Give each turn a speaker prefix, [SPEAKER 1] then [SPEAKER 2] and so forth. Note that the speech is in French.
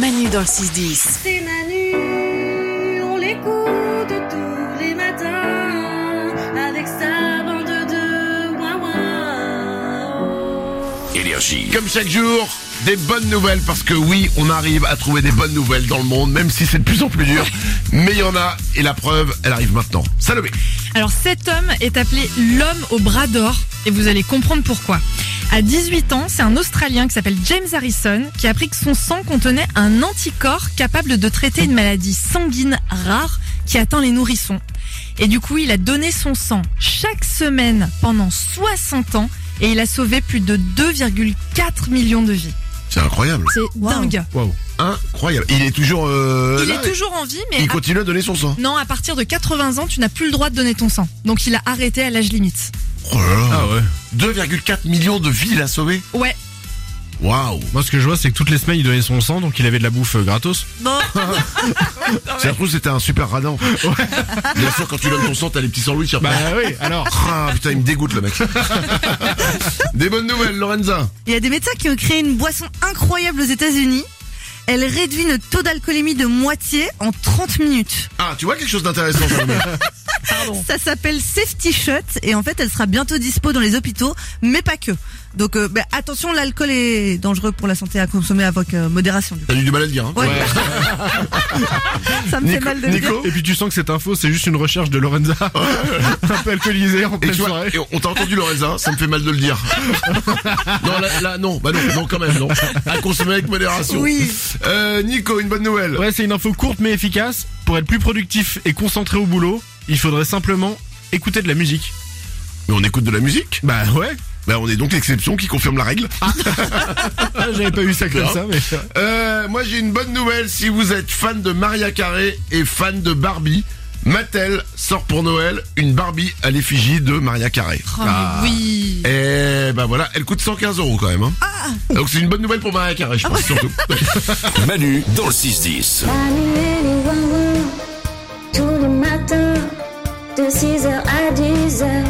[SPEAKER 1] Manu dans le 6-10.
[SPEAKER 2] C'est Manu, on l'écoute tous les matins avec sa bande de ouin
[SPEAKER 3] Énergie.
[SPEAKER 4] Comme chaque jour, des bonnes nouvelles parce que oui, on arrive à trouver des bonnes nouvelles dans le monde, même si c'est de plus en plus dur. Mais il y en a et la preuve, elle arrive maintenant. Salomé.
[SPEAKER 5] Alors cet homme est appelé l'homme au bras d'or et vous allez comprendre pourquoi. À 18 ans, c'est un Australien qui s'appelle James Harrison qui a appris que son sang contenait un anticorps capable de traiter une maladie sanguine rare qui atteint les nourrissons. Et du coup, il a donné son sang chaque semaine pendant 60 ans et il a sauvé plus de 2,4 millions de vies.
[SPEAKER 4] C'est incroyable.
[SPEAKER 5] C'est dingue.
[SPEAKER 4] Waouh. Incroyable. Il est toujours. euh,
[SPEAKER 5] Il
[SPEAKER 4] là,
[SPEAKER 5] est toujours en vie, mais
[SPEAKER 4] Il
[SPEAKER 5] à-
[SPEAKER 4] continue à donner son sang.
[SPEAKER 5] non, à partir de 80 ans, tu n'as plus le droit de donner ton sang. Donc il a arrêté à l'âge limite.
[SPEAKER 4] Oh là là.
[SPEAKER 3] Ah ouais.
[SPEAKER 4] 2,4 millions de vies il a sauvé.
[SPEAKER 5] Ouais.
[SPEAKER 4] Waouh.
[SPEAKER 3] Moi, ce que je vois, c'est que toutes les semaines, il donnait son sang, donc il avait de la bouffe euh, gratos.
[SPEAKER 5] Bon.
[SPEAKER 4] Ça se trouve, c'était un super radin. Bien sûr, quand tu donnes ton sang, t'as les petits sandwichs. après.
[SPEAKER 3] Bah
[SPEAKER 5] Bah.
[SPEAKER 6] Bah
[SPEAKER 3] oui, alors.
[SPEAKER 4] Ah putain, il me dégoûte le mec. des bonnes nouvelles, Lorenza.
[SPEAKER 6] Il y a des médecins qui ont créé une boisson incroyable aux États-Unis. Elle réduit le taux d'alcoolémie de moitié en 30 minutes.
[SPEAKER 4] Ah, tu vois quelque chose d'intéressant, Salomé
[SPEAKER 6] Ça s'appelle Safety Shot et en fait elle sera bientôt dispo dans les hôpitaux, mais pas que. Donc euh, bah, attention, l'alcool est dangereux pour la santé à consommer avec euh, modération. Du coup.
[SPEAKER 4] T'as eu du mal à le dire. Hein
[SPEAKER 6] Ouais. Ça me fait mal de le dire.
[SPEAKER 3] Et puis tu sens que cette info, c'est juste une recherche de Lorenza. un peu alcoolisée en
[SPEAKER 4] Et
[SPEAKER 3] pleine
[SPEAKER 4] tu vois,
[SPEAKER 3] soirée.
[SPEAKER 4] et on t'a entendu Lorenza, ça me fait mal de le dire. non, là, là, non, bah non, non, quand même, non. À consommer avec modération.
[SPEAKER 6] Oui.
[SPEAKER 4] Euh, Nico, une bonne nouvelle.
[SPEAKER 3] Ouais, c'est une info courte mais efficace. Pour être plus productif et concentré au boulot, il faudrait simplement écouter de la musique.
[SPEAKER 4] Mais on écoute de la musique.
[SPEAKER 3] Bah ouais.
[SPEAKER 4] Bah, on est donc l'exception qui confirme la règle.
[SPEAKER 3] J'avais pas vu ça comme
[SPEAKER 4] Non.
[SPEAKER 3] ça, mais.
[SPEAKER 4] Euh, moi, j'ai une bonne nouvelle. Si vous êtes fan de Maria Carré et fan de Barbie, Mattel sort pour Noël une Barbie à l'effigie de Maria Carré.
[SPEAKER 5] Oh, mais oui. Ah.
[SPEAKER 4] Et bah voilà, elle coûte 115 euros quand même. Hein. Donc c'est une bonne nouvelle pour Maria Carré, je pense surtout.
[SPEAKER 7] Manu dans le 6-10.
[SPEAKER 2] Manu et les ouin-ouin, tous les matins, de 6h à 10h.